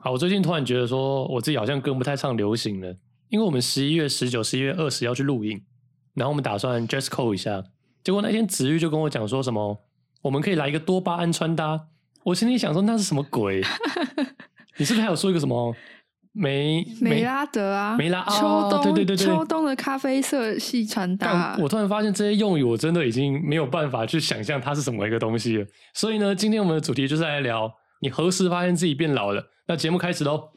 好，我最近突然觉得说，我自己好像跟不太上流行了，因为我们十一月十九、十一月二十要去录影，然后我们打算 dress code 一下，结果那天子玉就跟我讲说什么，我们可以来一个多巴胺穿搭，我心里想说那是什么鬼？你是不是还有说一个什么梅梅拉德啊，梅拉啊秋冬对对对对秋冬的咖啡色系穿搭但，我突然发现这些用语，我真的已经没有办法去想象它是什么一个东西了。所以呢，今天我们的主题就是来聊你何时发现自己变老了。那节目开始喽。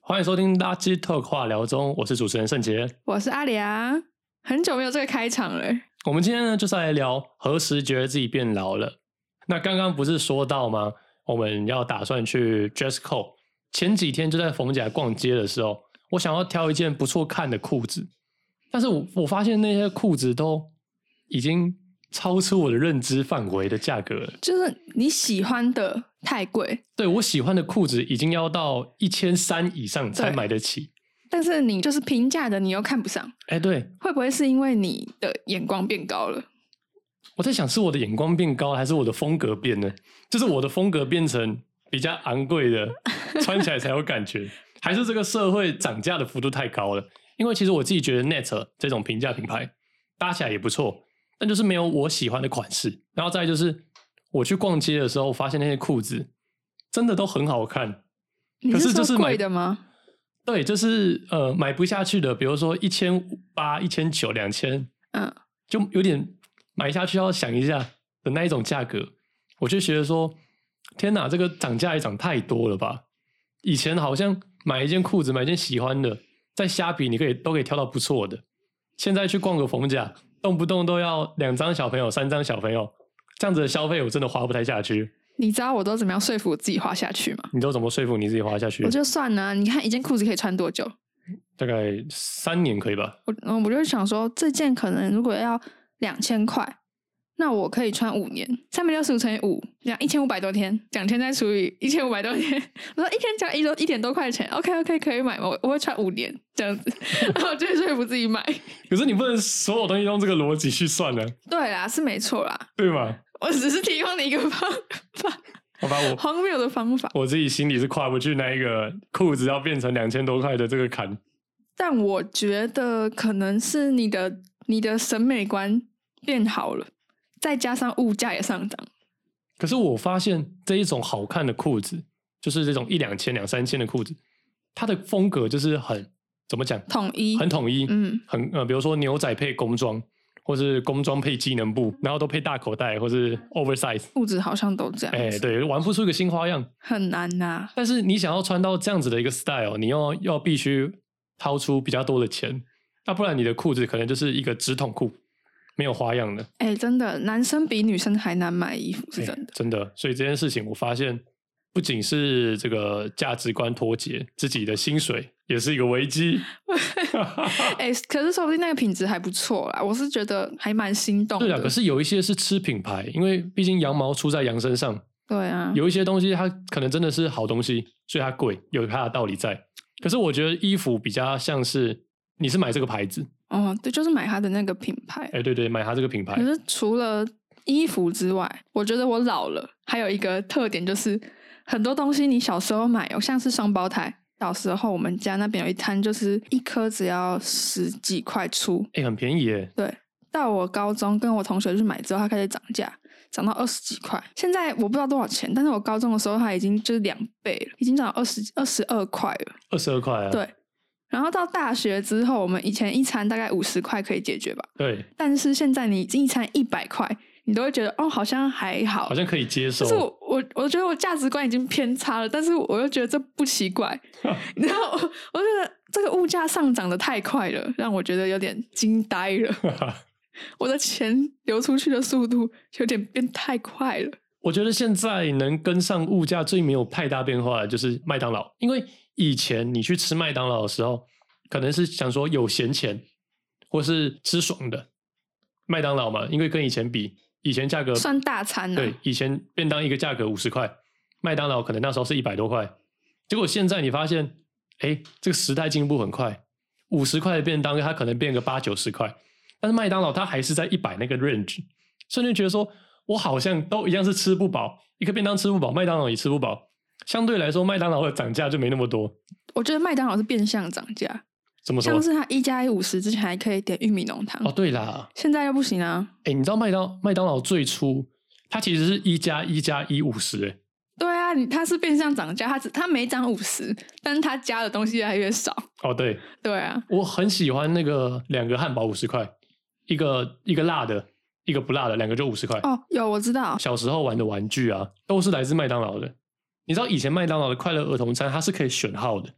欢迎收听垃圾 talk 话聊中，我是主持人盛杰。我是阿良，很久没有这个开场了，我们今天呢，就是来聊何时觉得自己变老了。那刚刚不是说到吗？我们要打算去 dress code。前几天就在逢甲逛街的时候，我想要挑一件不错看的裤子，但是我我发现那些裤子都已经超出我的认知范围的价格了。就是你喜欢的太贵，对我喜欢的裤子已经要到一千三以上才对买得起。但是你就是平价的，你又看不上，哎，对会不会是因为你的眼光变高了？我在想，是我的眼光变高，还是我的风格变了？就是我的风格变成比较昂贵的，穿起来才有感 觉，还是这个社会涨价的幅度太高了？因为其实我自己觉得 Net 这种平价品牌搭起来也不错，但就是没有我喜欢的款式。然后再来就是我去逛街的时候，发现那些裤子真的都很好看，你可是就说是买贵的吗？对，就是呃买不下去的，比如说一千八、一千九、两千，嗯，就有点买下去要想一下的那一种价格，我就觉得说，天哪，这个涨价也涨太多了吧？以前好像买一件裤子，买一件喜欢的，在虾皮你可以都可以挑到不错的，现在去逛个逢甲，动不动都要两张小朋友、三张小朋友，这样子的消费我真的花不太下去。你知道我都怎么样说服我自己花下去吗？你都怎么说服你自己花下去我？就算了、你看一件裤子可以穿多久？大概三年可以吧？我嗯我就想说，这件可能如果要两千块，那我可以穿五年，三百六十五乘以五，两一千五百多天，两千再除以一千五百多天，我说一天只要一多一点多块钱，OK OK 可以买，我我会穿五年这样子， 然后我就会说服自己买。可是你不能所有东西都用这个逻辑去算呢、对啦，是没错啦，对吗？我只是提供你一个方法，好吧，我荒谬的方法，我自己心里是跨不去那一个裤子要变成两千多块的这个坎。但我觉得可能是你的你的审美观变好了，再加上物价也上涨。可是我发现这一种好看的裤子，就是这种一两千、两三千的裤子，它的风格就是很怎么讲，统一，很统一，嗯，很呃，比如说牛仔配工装，或是工装配机能布，然后都配大口袋或是 oversize，物质好像都这样哎、子，对，玩不出一个新花样。很难呐、但是你想要穿到这样子的一个 style，你要要必须掏出比较多的钱，那不然你的裤子可能就是一个直筒裤，没有花样的。哎、真的，男生比女生还难买衣服，是哎真的。真的。所以这件事情，我发现不仅是这个价值观脱节，自己的薪水也是一个危机。哎、可是说不定那个品质还不错啦，我是觉得还蛮心动的。对啊，可是有一些是吃品牌，因为毕竟羊毛出在羊身上，对啊，有一些东西它可能真的是好东西，所以它贵，有它的道理在。可是我觉得衣服比较像是你是买这个牌子，哦，对，就是买他的那个品牌。哎，对对，买它这个品牌可，是除了衣服之外，我觉得我老了还有一个特点就是，很多东西你小时候买哦，像是双胞胎。小时候我们家那边有一摊，就是一颗只要十几块出，哎，很便宜耶。到我高中跟我同学去买之后，它开始涨价，涨到二十几块。现在我不知道多少钱，但是我高中的时候它已经就是两倍了，已经涨到二十二十二块了。二十二块啊！对然后到大学之后，我们以前一餐大概五十块可以解决吧，对，但是现在你一餐一百块，你都会觉得哦，好像还好。好像可以接受。就是我我我觉得我价值观已经偏差了，但是我又觉得这不 奇怪，然后我我就觉得这个物价上涨的太快了，让我觉得有点惊呆 了。我的钱流出去的速度有点变太快了。我觉得现在能跟上物价最没有太大变化的就是麦当劳，因为以前你去吃麦当劳的时候，可能是想说有闲钱，或是吃爽的麦当劳嘛，因为跟以前比，以前价格算大餐啊对，以前便当一个价格五十块，麦当劳可能那时候是一百多块，结果现在你发现，哎，这个时代进步很快，五十块的便当它可能变个八九十块，但是麦当劳它还是在一百那个 range，所以你就觉得说我好像都一样是吃不饱，一个便当吃不饱，麦当劳也吃不饱。相对来说，麦当劳的涨价就没那么多。我觉得麦当劳是变相涨价，怎么说像？是它一加一五十之前还可以点玉米浓汤，哦，对啦，现在又不行啊。哎、你知道麦当麦当劳最初它其实是一加一加一五十，哎，对啊，你它是变相涨价，它只它没涨五十，但是它加的东西越来越少。哦，对，对啊，我很喜欢那个两个汉堡五十块，一个一个辣的，一个不辣的，两个就五十块。哦，有我知道，小时候玩的玩具啊，都是来自麦当劳的。你知道以前麦当劳的快乐儿童餐，它是可以选号的，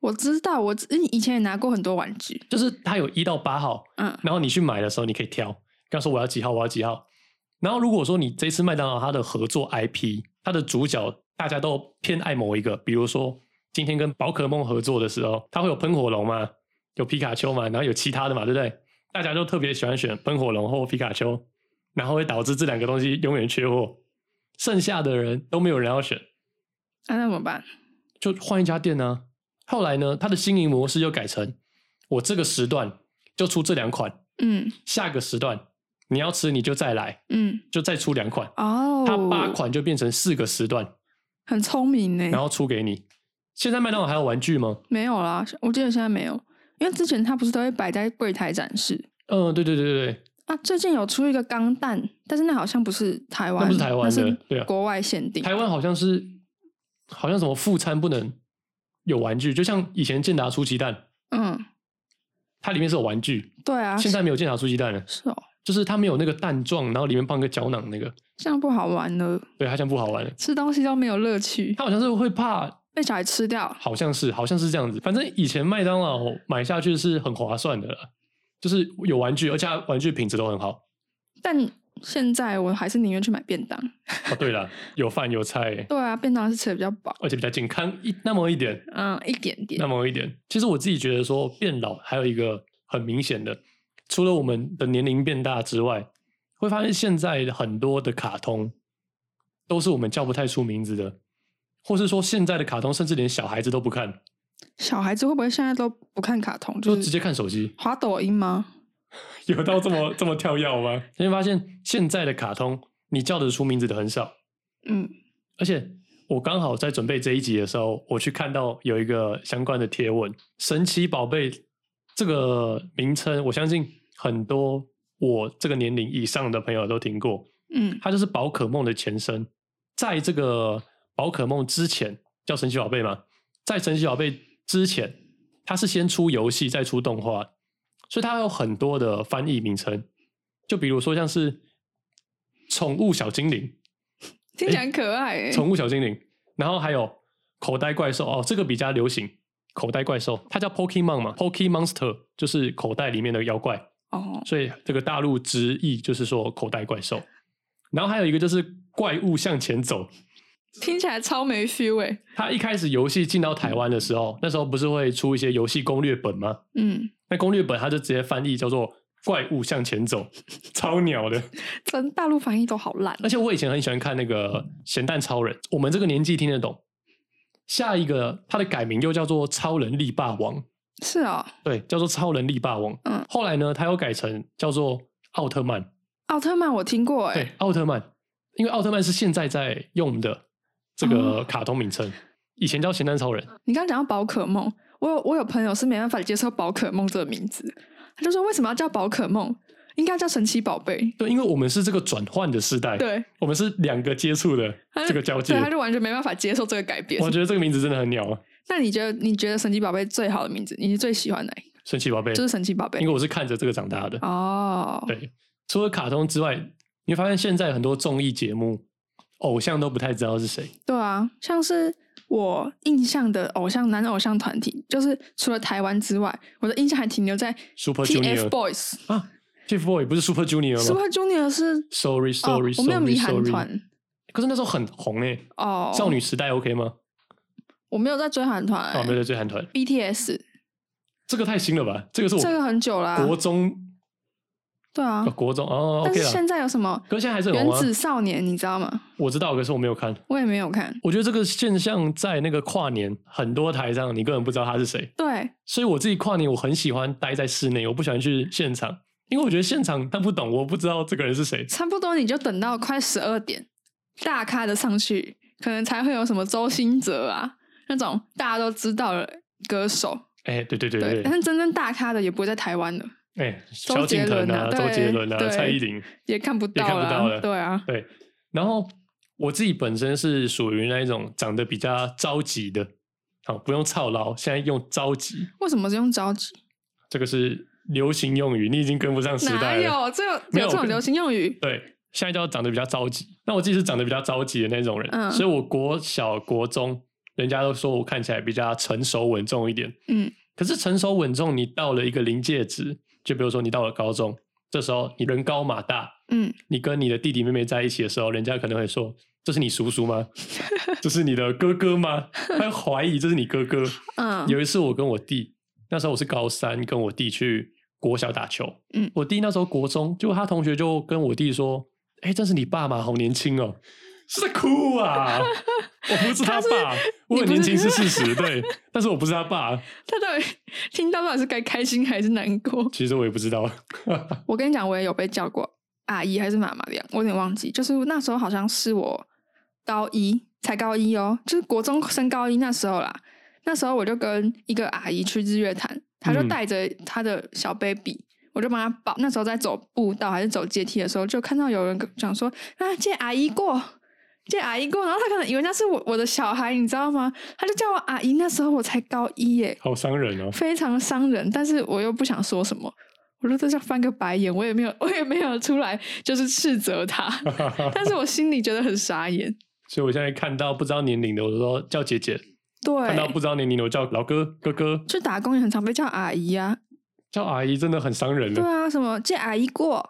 我知道，我之以前也拿过很多玩具，就是它有一到八号，嗯，然后你去买的时候你可以挑，跟他说我要几号，我要几号。然后如果说你这次麦当劳它的合作 IP，它的主角大家都偏爱某一个，比如说今天跟宝可梦合作的时候，它会有喷火龙嘛，有皮卡丘嘛，然后有其他的嘛，对不对？大家都特别喜欢选喷火龙或皮卡丘，然后会导致这两个东西永远缺货，剩下的人都没有人要选。那、那怎么办？就换一家店呢、后来呢，它的经营模式又改成，我这个时段就出这两款，嗯下个时段你要吃你就再来，嗯，就再出两款。哦，它八款就变成四个时段，很聪明呢、然后出给你。现在麦当劳还有玩具吗？没有啦，我记得现在没有，因为之前它不是都会摆在柜台展示嗯，对对对对对，啊。最近有出一个钢弹，但是那好像不是台湾，那不是台湾的那是对啊国外限定。台湾好像是好像什么副餐不能有玩具，就像以前健达出鸡蛋，嗯，它里面是有玩具，对啊，现在没有健达出鸡蛋了，是哦，就是它没有那个蛋状，然后里面放个胶囊那个，这样不好玩了，对，它像不好玩了。吃东西都没有乐趣，它好像是会怕被小孩吃掉。好像是，好像是这样子。反正以前麦当劳买下去是很划算的啦，就是有玩具，而且它玩具品质都很好。但现在我还是宁愿去买便当。哦，对了，有饭有菜，对啊，便当是吃的比较饱，而且比较健康一那么一点，嗯，一点点那。么一点。其实我自己觉得说变老还有一个很明显的，除了我们的年龄变大之外，会发现现在很多的卡通都是我们叫不太出名字的，或是说现在的卡通甚至连小孩子都不看，小孩子会不会现在都不看卡通，就是直接看手机。滑抖音吗？有到这么这么跳跃吗？你会发现现在的卡通，你叫得出名字的很少。嗯，而且我刚好在准备这一集的时候，我去看到有一个相关的贴文，《神奇宝贝》这个名称，我相信很多我这个年龄以上的朋友都听过。嗯，它就是宝可梦的前身。在这个宝可梦之前叫神奇宝贝嘛，在神奇宝贝之前，它是先出游戏再出动画，所以它有很多的翻译名称，就比如说像是宠物小精灵、听起来很可爱、欸。宠物小精灵，然后还有口袋怪兽哦，这个比较流行。口袋怪兽，它叫 Pokemon 嘛，Pokemonster 就是口袋里面的妖怪。哦，所以这个大陆直译就是说口袋怪兽。然后还有一个就是怪物向前走，听起来超没 feel 哎、它一开始游戏进到台湾的时候，那时候不是会出一些游戏攻略本吗？嗯，那攻略本它就直接翻译叫做“怪物向前走”，超鸟的。真大陆翻译都好烂。而且我以前很喜欢看那个《咸蛋超人》，我们这个年纪听得懂。下一个它的改名又叫做《超人力霸王》，是哦，对，叫做《超人力霸王》。嗯，后来呢，它又改成叫做《奥特曼》。奥特曼我听过哎、对，奥特曼，因为奥特曼是现在在用的这哦个卡通名称，以前叫咸蛋超人。你刚刚讲到宝可梦，我有我有朋友是没办法接受宝可梦这个名字，他就说为什么要叫宝可梦？应该叫神奇宝贝。对，因为我们是这个转换的时代，对，我们是两个接触的他就这个交界对，。他就完全没办法接受这个改变我。觉得这个名字真的很鸟啊，那你觉得你觉得神奇宝贝最好的名字，你是最喜欢哪一个？神奇宝贝就。是神奇宝贝因为。我是看着这个长大的。哦，对，除了卡通之外，你会发现现在很多综艺节目偶像都不太知道是谁。对啊，像是我印象的偶像男偶像团体，就是除了台湾之外，我的印象还停留在 Super Junior TFBOYS、啊，TFBOY 不是 Super Junior 吗 Super Junior 是？Sorry, sorry, 哦，我没有 sorry, 迷韩 sorry。团可是那时候很红诶，哦，少女，时代 OK 吗？我没有在追韩团、啊，没有在追韩团， BTS 这个太新了吧？这个是我这个很久啦、国中，对啊呃，国中哦但，OK 是啦。现在有什么可是现在还是很原红啊子少年，你知道吗？我知道，可是我没有看。我也没有看。我觉得这个现象在那个跨年很多台上，你根本不知道他是谁。对，所以我自己跨年，我很喜欢待在室内，我不喜欢去现场，因为我觉得现场看不懂，我不知道这个人是谁。差不多你就等到快十二点，大咖的上去，可能才会有什么周兴哲啊那种大家都知道的歌手。哎、对对对对，对，但哎、是真正大咖的也不会在台湾了，萧敬腾啊，周周杰杰伦伦啊啊，对蔡依林，也看不也到看不到了对啊，对。然后我自己本身是属于那一种长得比较着急的，好，不用操劳，现在用着急，为什么是用着急？这个是流行用语，你已经跟不上时哪代了。有这有没有有这种流行用语？对，现在叫长得比较着急。那我自己是长得比较着急的那种人，嗯所以我国小、国中，人家都说我看起来比较成熟稳重一点。嗯，可是成熟稳重，你到了一个临界值，就比如说你到了高中，这时候你人高马大，嗯，你跟你的弟弟妹妹在一起的时候，人家可能会说：“这是你叔叔 吗？这是你的哥哥吗？”他会怀疑这是你哥哥。嗯， 有一次，我跟我弟，那时候我是高三，跟我弟去国小打球。嗯我弟那时候国中，就他同学就跟我弟说：“哎、这是你爸吗？好年轻哦！”是在哭啊！ 我不是他他是爸，我很你年不是轻是事 实，对，但是我不是他爸，他到底 听到到底是该开心还是难过？其实我也不知道。我跟你讲，我也有被叫过阿姨还是妈妈的样，我有点忘记。就是那时候好像是我高一，才高一哦，就是国中升高一那时候啦。那时候我就跟一个阿姨去日月潭，她就嗯带着她的小 baby，、我就帮她抱。那时候在走步道还是走阶梯的时候，就看到有人跟讲说啊，借阿姨过。借阿姨过，然后她可能以为那是我我的小孩，你知道吗？她就叫我阿姨。那时候我才高一耶，好伤人哦！非常伤人，但是我又不想说什么，我就在这翻个白眼，我也没有， 我也没有出来就是斥 责他，但是我心里觉得很傻眼。所以我现在看到不知道年龄的，我说叫姐姐；看到对，不知道年龄的，我叫老哥、哥哥。去打工也很常被叫阿姨啊，叫阿姨真的很伤人对了，啊，什么借阿姨过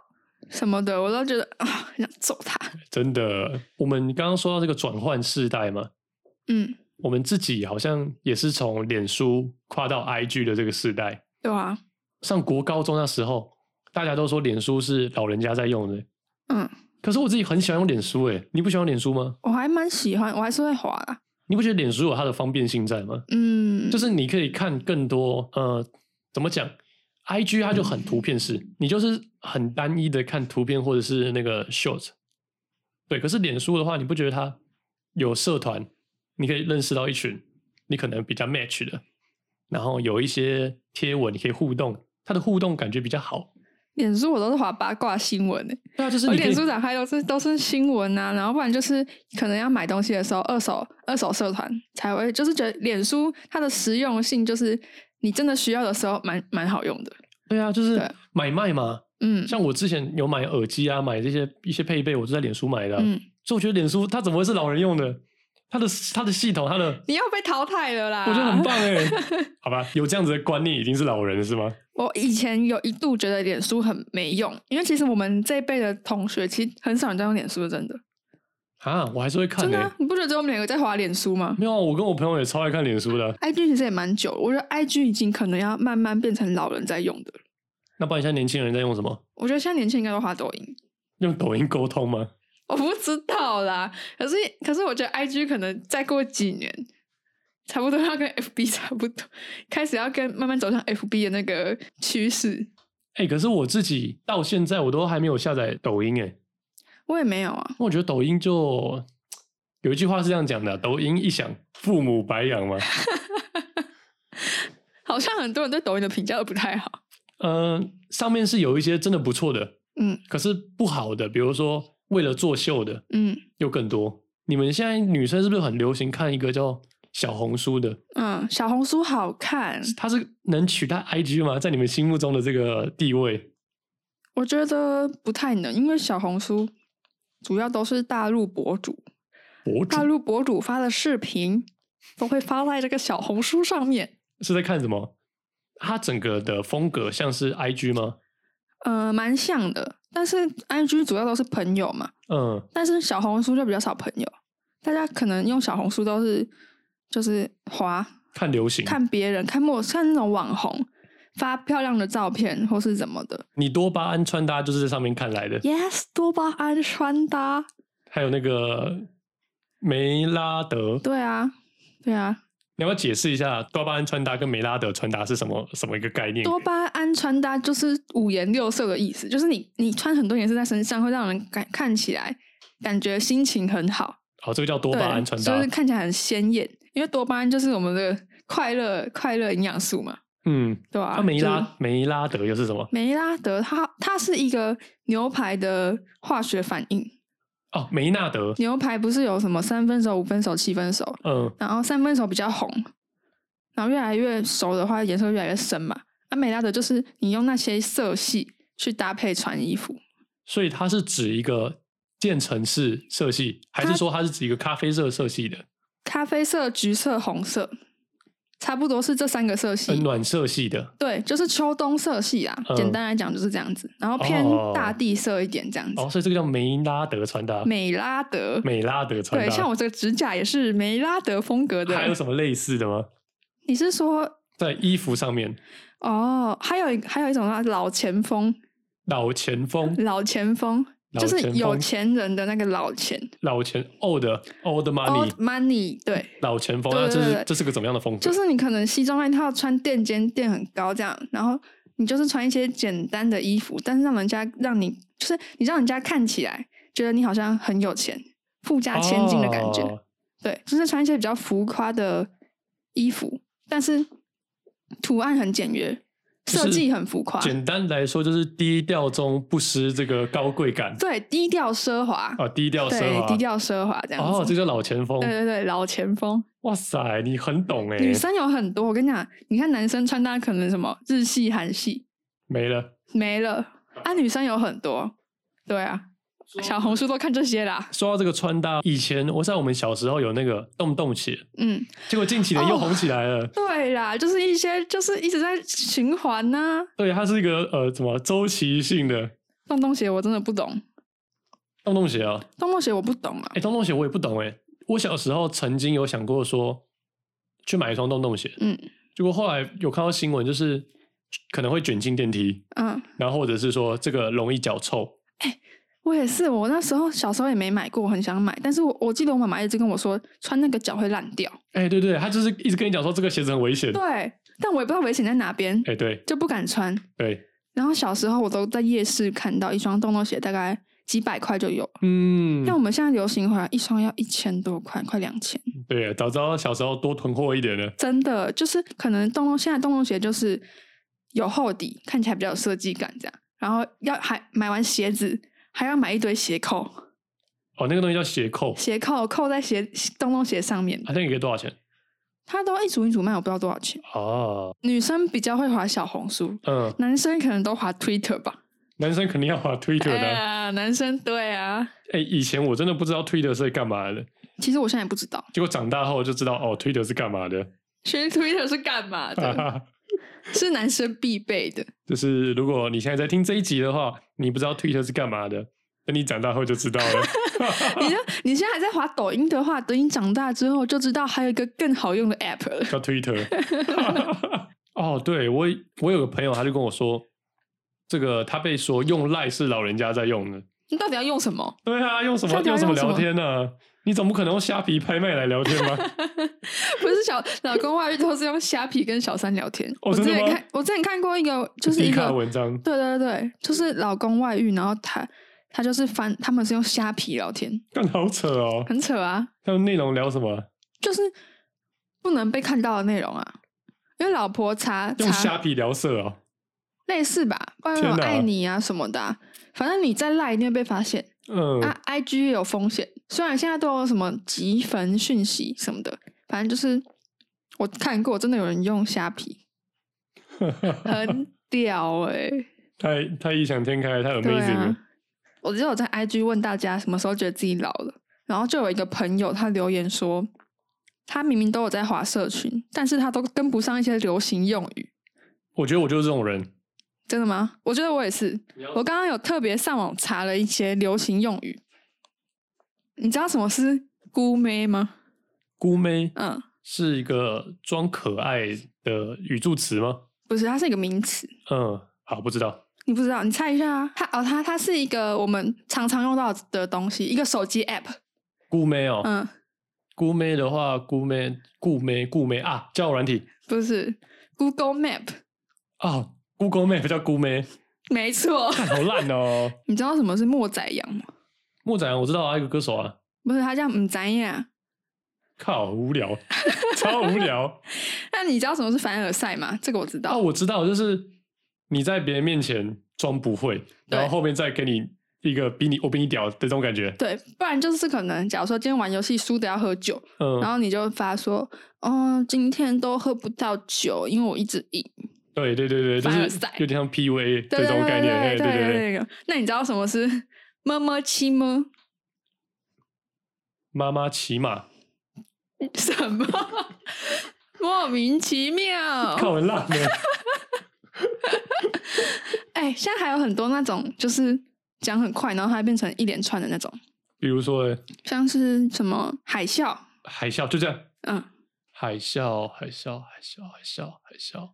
什么的，我都觉得啊，很想揍他。真的。我们刚刚说到这个转换世代嘛，嗯，我们自己好像也是从脸书跨到 IG 的这个世代。对啊，上国高中那时候，大家都说脸书是老人家在用的，嗯，可是我自己很喜欢用脸书、欸，你不喜欢脸书吗？我还蛮喜欢，我还是会滑啦。你不觉得脸书有它的方便性在吗？嗯，就是你可以看更多，呃，怎么讲？IG 它就很图片式，你就是很单一的看图片或者是那个 short。对，可是脸书的话，你不觉得它有社团，你可以认识到一群你可能比较 match 的，然后有一些贴文你可以互动，它的互动感觉比较好。脸书我都是滑八卦新闻欸诶、对啊，就是我你可哦脸以书打开都是都是新闻啊，然后不然就是可能要买东西的时候，二手二手社团才会，就是觉得脸书它的实用性就是你真的需要的时候蛮蛮好用的。对啊，就是对买卖嘛。嗯像我之前有买耳机啊，买这些一些配备，我就在脸书买的啊、嗯，所以我觉得脸书它怎么会是老人用的？它的它的系统，它的你要被淘汰了啦！我觉得很棒哎、 好吧，有这样子的观念已经是老人了是吗？我以前有一度觉得脸书很没用，因为其实我们这一辈的同学其实很少人在用脸书，真的啊，我还是会看真哎、的啊、你不觉得只有我们两个在滑脸书吗没有啊，我跟我朋友也超爱看脸书的。啊？IG 其实也蛮久了，我觉得 IG 已经可能要慢慢变成老人在用的了。那不然现在年轻人在用什么？我觉得现在年轻人应该都滑抖音，用抖音沟通吗？我不知道啦，可是可是我觉得 I G 可能再过几年，差不多要跟 F B 差不多，开始要跟慢慢走向 F B 的那个趋势。哎、可是我自己到现在我都还没有下载抖音哎、我也没有啊，那我觉得抖音就有一句话是这样讲的：啊抖音一响，父母白养嘛。 好像很多人对抖音的评价都不太好。嗯、上面是有一些真的不错的，嗯可是不好的，比如说为了作秀的嗯又更多。你们现在女生是不是很流行看一个叫小红书的？嗯，小红书好看，它是能取代 IG 吗？在你们心目中的这个地位？我觉得不太能，因为小红书主要都是大陆博主，博大主陆博主发的视频都会发在这个小红书上面。是在看什么？它整个的风格像是 IG 吗？呃，蛮像的，但是 I G 主要都是朋友嘛，嗯，但是小红书就比较少朋友，大家可能用小红书都是就是滑看流行。看别人看陌看那种网红发漂亮的照片或是怎么的。你多巴胺穿搭就是在上面看来的， Yes，多巴胺穿搭，还有那个梅拉德，对啊，对啊，你要不要解释一下多巴胺穿搭跟梅拉德穿搭是什么什么一个概念？多巴胺穿搭就是五颜六色的意思，就是你你穿很多颜色在身上，会让人感看起来感觉心情很好，好，这个叫多巴胺穿对搭。就是看起来很鲜艳。因为多巴胺就是我们的快乐快乐营养素嘛，嗯，对吧、那、梅就是拉梅拉德又是什么？梅拉德，它它是一个牛排的化学反应。哦，梅纳德。牛排不是有什么三分熟、五分熟、七分熟，嗯，然后三分熟比较红，然后越来越熟的话，颜色越来越深嘛。那、梅拉德就是你用那些色系去搭配穿衣服，所以它是指一个渐层式色系，还是它说它是指一个咖啡色色系的？咖啡色、橘色、红色，差不多是这三个色系。呃，暖色系的。对，就是秋冬色系啊，嗯简单来讲就是这样子，然后偏哦大地色一点这样子。哦，所以这个叫梅拉德穿搭。美拉德，美拉德穿对，搭。像我这个指甲也是梅拉德风格的。还有什么类似的吗？你是说在衣服上面，哦，还有一还有一种啊，老钱风，老前锋、老钱风老就是钱有风钱人的那个老钱老前 old old money、嗯，old money，对，老前锋，对那对这是对这是个怎么样的风格？就是你可能西装外套穿垫肩垫很高这样，然后你就是穿一些简单的衣服，但是让人家让你就是你让人家看起来觉得你好像很有钱，富家千金的感觉，哦对，就是穿一些比较浮夸的衣服，但是图案很简约，就是设计很浮夸，简单来说，就是低调中不失这个高贵感对，低调奢华。啊，低调奢对，华，低调奢华这样子。哦，这叫老前锋。对对对，老前锋。哇塞，你很懂哎，女生有很多，我跟你讲，你看男生穿搭可能什么日系、韩系没了。没了，啊，女生有很多。对啊，小红书都看这些啦。说到这个穿搭，以前我在我们小时候有那个洞洞鞋，嗯，结果近几年又哦红起来了。对啦，就是一些就是一直在循环呐、对，它是一个呃，怎么周期性的洞洞鞋我真的不懂，洞洞鞋啊？洞洞鞋我不懂啊哎、。洞洞鞋我也不懂哎、我小时候曾经有想过说去买一双洞洞鞋，嗯结果后来有看到新闻，就是可能会卷进电梯，嗯，然后或者是说这个容易脚臭。我也是，我那时候小时候也没买过，很想买，但是我我记得我妈妈一直跟我说，穿那个脚会烂掉。哎、对对，他就是一直跟你讲说这个鞋子很危险。对，但我也不知道危险在哪边，哎、对就不敢穿。对，然后小时候我都在夜市看到一双洞洞鞋，大概几百块就有了。嗯但，我们现在流行回来，一双要一千多块，快两千，对，早知道小时候多囤货一点了。真的就是可能洞洞现在洞洞鞋就是有厚底，看起来比较有设计感这样。然后要还买完鞋子，还要买一堆鞋扣，哦，那个东西叫鞋扣，鞋扣扣在鞋洞洞鞋上面，啊，那个可以多少钱？它都一组一组卖，我不知道多少钱。哦，女生比较会滑小红书，嗯，男生可能都滑 Twitter 吧。男生肯定要滑 Twitter 的。哎、哎呀，男生对啊，以前我真的不知道 Twitter 是干嘛的，其实我现在也不知道，结果长大后就知道哦，Twitter 是干嘛的。学 Twitter 是干嘛 哈的？哈。是男生必备的。就是如果你现在在听这一集的话，你不知道 Twitter 是干嘛的，等你长大后就知道 了。你就你现在还在滑抖音的话，等你长大之后就知道还有一个更好用的 app 了。 叫 Twitter。哦，对我我有个朋友，他就跟我说，这个他被说用赖是老人家在用的。你到底要用什么？对啊，用什么到底要什么用什聊么天呢、你总不可能用虾皮拍卖来聊天 吧？不是小老公外遇都是用虾皮跟小三聊天。哦我之真的前吗看我之前看过一个，就是迪一卡个文章对对对，就是老公外遇，然后他他就是翻，他们是用虾皮聊天，干好扯哦。很扯啊。他们内容聊什么？啊就是不能被看到的内容啊，因为老婆查用虾查皮聊色哦。类似吧，不然有天哪爱你啊什么的啊、反正你在赖一定会被发现、嗯，啊。I G 也有风险，虽然现在都有什么集焚讯息什么的，反正就是我看过，真的有人用虾皮，很屌哎、太太异想天开，太对 amazing 了啊。，我记得我在 IG 问大家什么时候觉得自己老了，然后就有一个朋友他留言说，他明明都有在划社群，但是他都跟不上一些流行用语。我觉得我就是这种人。真的吗？我觉得我也是。我刚刚有特别上网查了一些流行用语，你知道什么是姑妹吗？姑妹，嗯，是一个装可爱的语助词吗？不是，它是一个名词，嗯，好，不知道。你不知道，你猜一下啊。它哦，它它是一个我们常常用到的东西，一个手机 app。姑妹哦，嗯，姑妹的话，姑妹、顾妹、顾妹啊，交友软体不是 Google Map，啊，Google Map 叫姑妹，没错。 看好烂哦。 你知道什么是莫仔羊吗？莫仔我知道啊，一个歌手啊，不是，他叫唔啊仔呀。靠，无聊，超无聊那你知道什么是凡尔赛吗？这个我知啊！道。我知道，就是你在别人面前装不会，然后对后面再给你一个比你我比你屌的这种感觉。对，不然就是可能，假如说今天玩游戏输的要喝酒，然嗯，后你就发说，哦，今天都喝不到酒，因为我一直赢。对对对对，就凡尔是赛有点像 PUA 对这种概念。哎对对对对，对。那你知道什么是 么么七么？妈妈骑马， 什么？莫名其妙。靠，很烂的。哎、现在还有很多那种就是讲很快，然后它变成一连串的那种，比如说哎像是什么海啸，海啸，就这样，嗯，海啸，海啸，海啸，海啸，海啸，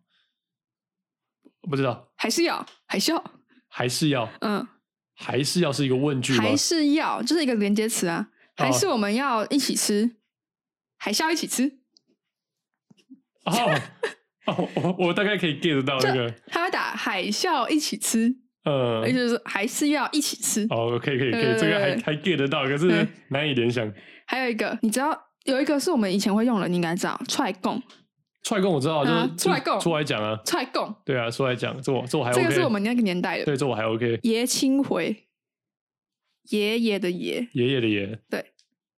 不知道，还是要海啸，还是要，嗯，还是要是一个问句吗？哦还是要，就是一个连接词啊，还是我们要一起吃，海啸一起吃，哦，哦，我我大概可以 get 到那个，他会打海啸一起吃，呃也，就是说还是要一起吃。哦，可以可以可对以，对这个还对还 get 得到，可是对难以联想。还有一个，你知道有一个是我们以前会用的，你应该知道，踹供，踹供我知道，就啊是出来就供出来讲啊，踹供，对啊，出来讲，这我这我还这 OK，个是我们那个年代的对，这我还 OK。爷青回，爷爷的爷，爷爷的爷，对，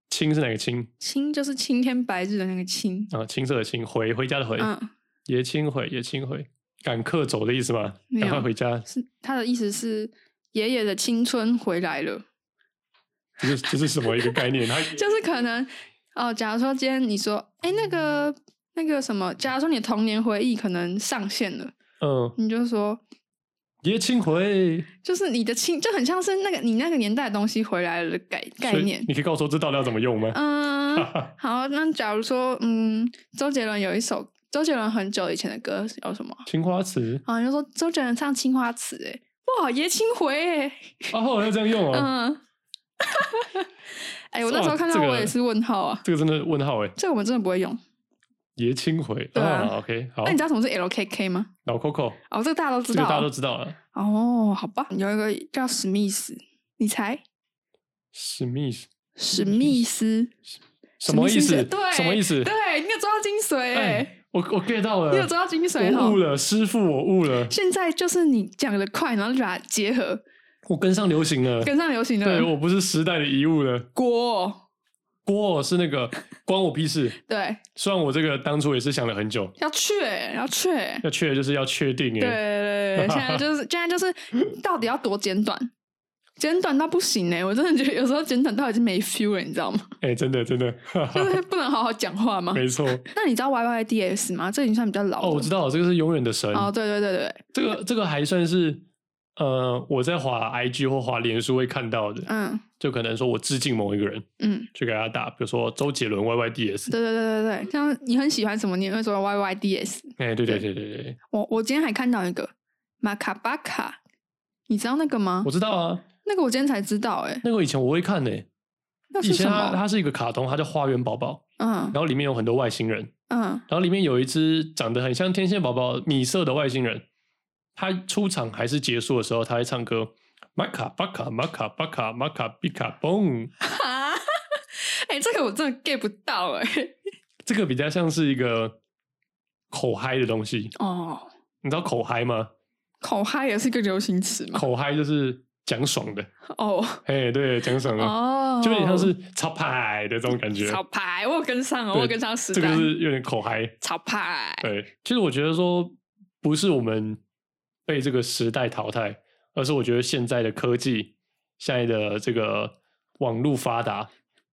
青是哪个青青就是青天白日的那个青，啊？青色的青，回回家的回，嗯，爷青回，爷青回，赶客走的意思嘛？没有赶快回家，是他的意思是爷爷的青春回来了，这是这是什么一个概 念？他就是可能哦，假如说今天你说，哎、那个那个什么，假如说你的童年回忆可能上线了，嗯，你就说。爷青回就是你的青，就很像是那个你那个年代的东西回来了的概概所以念。你可以告诉我这到底要怎么用吗？ 嗯，好，那假如说，嗯，周杰伦有一首周杰伦很久以前的歌有什么？青花瓷好像啊就说周杰伦唱《青花瓷》哎，哇，爷青回哎，哦，要这样用啊？嗯， 哎、我那时候看这到个我也是问号啊，这个真的问号哎。这个我们真的不会用。爷青回对啊，OK，好那、，你知道什么是 LKK 吗？老 Coco，哦，这个大家都知这个道大家啊、都知道了。哦，好吧，有一个叫史密斯，你猜史密斯史密斯？什么意史密思？斯对什么意思？对，你有抓到精髓哎、哎，我我 get 到了，你有抓到精髓我哈悟。了，师傅，我悟了，现在就是你讲的快，然后就把它结合，我跟上流行了。跟上流行的对我不是时代的遗物了。锅，哦锅哦是那个关我屁事。对，虽然我这个当初也是想了很久，要确，要确，要确就是要确定对哎， 对对，对现在就是现在就是到底要多简短，简短到不行呢、我真的觉得有时候简短到已经没 feel 了，你知道 吗？哎，真的真的，哈哈就是不能好好讲话吗？没 错。那你知道 Y Y D S 吗？这已经算比较老哦，我的知道，这个是永远的神。哦，对对对对，这个这个还算是呃，我在滑 IG 或滑脸书会看到的，嗯就可能说我致敬某一个人，嗯，就给他打，比如说周杰伦 YYDS。对对对对对，像你很喜欢什么，你也会说 Y Y D S。哎，对对对对对，我我今天还看到一个马卡巴卡，你知道那个吗我？知道啊，那个我今天才知道、欸，哎，那个以前我会看呢、那以是前什它么？它是一个卡通，它叫《花园宝宝》，嗯然后里面有很多外星人，嗯，然 后里面有一只长得很像天线宝宝米色的外星人，他出场还是结束的时候，他会唱歌。玛卡巴卡玛卡巴卡玛卡比卡嘣，哈，哎、这个我真的 get 不到哎、这个比较像是一个口嗨的东西。哦，你知道口嗨吗？口嗨也是一个流行词嘛。口嗨就是讲爽的，哦哎，对，讲爽的，哦，就有点像是潮牌的这种感觉。潮牌，我有跟上哦，对我有跟上时这代。个就是有点口嗨。潮牌，对，其实我觉得说不是我们被这个时代淘汰，而是我觉得现在的科技、现在的这个网络发达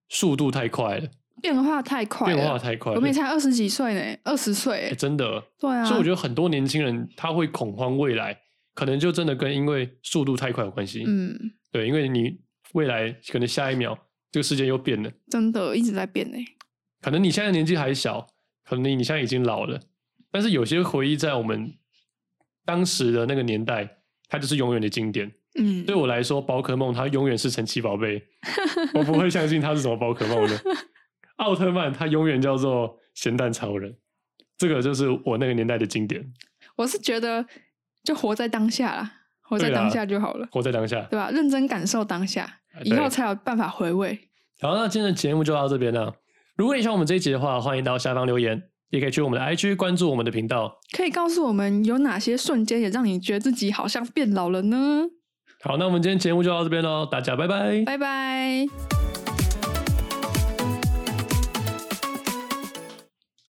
速度太快了，变化太快了，变化太快我了们也，才二十几岁呢，二十岁哎欸，真的。对啊。所以我觉得很多年轻人他会恐慌未来，可能就真的跟因为速度太快有关系。，嗯，对，因为你未来可能下一秒这个世界又变了，真的一直在变呢。可能你现在年纪还小，可能你你现在已经老了，但是有些回忆在我们当时的那个年代，它就是永远的经典。嗯，对我来 说，宝可梦它永远是神奇宝贝，我不会相信它是什么宝可梦的。奥特曼他永远叫做咸蛋超人，这个就是我那个年代的经典。我是觉得就活在当下啦，活在对啦当下就好了，活在当下。对吧？认真感受当下，啊哎以对后才有办法回味。好，那今天的节目就到这边了。如果你喜欢我们这一集的话，欢迎到下方留言，也可以去我们的 IG 关注我们的频道。可以告诉我们有哪些瞬间也让你觉得自己好像变老了呢？好，那我们今天节目就到这边喽，大家拜拜。拜拜。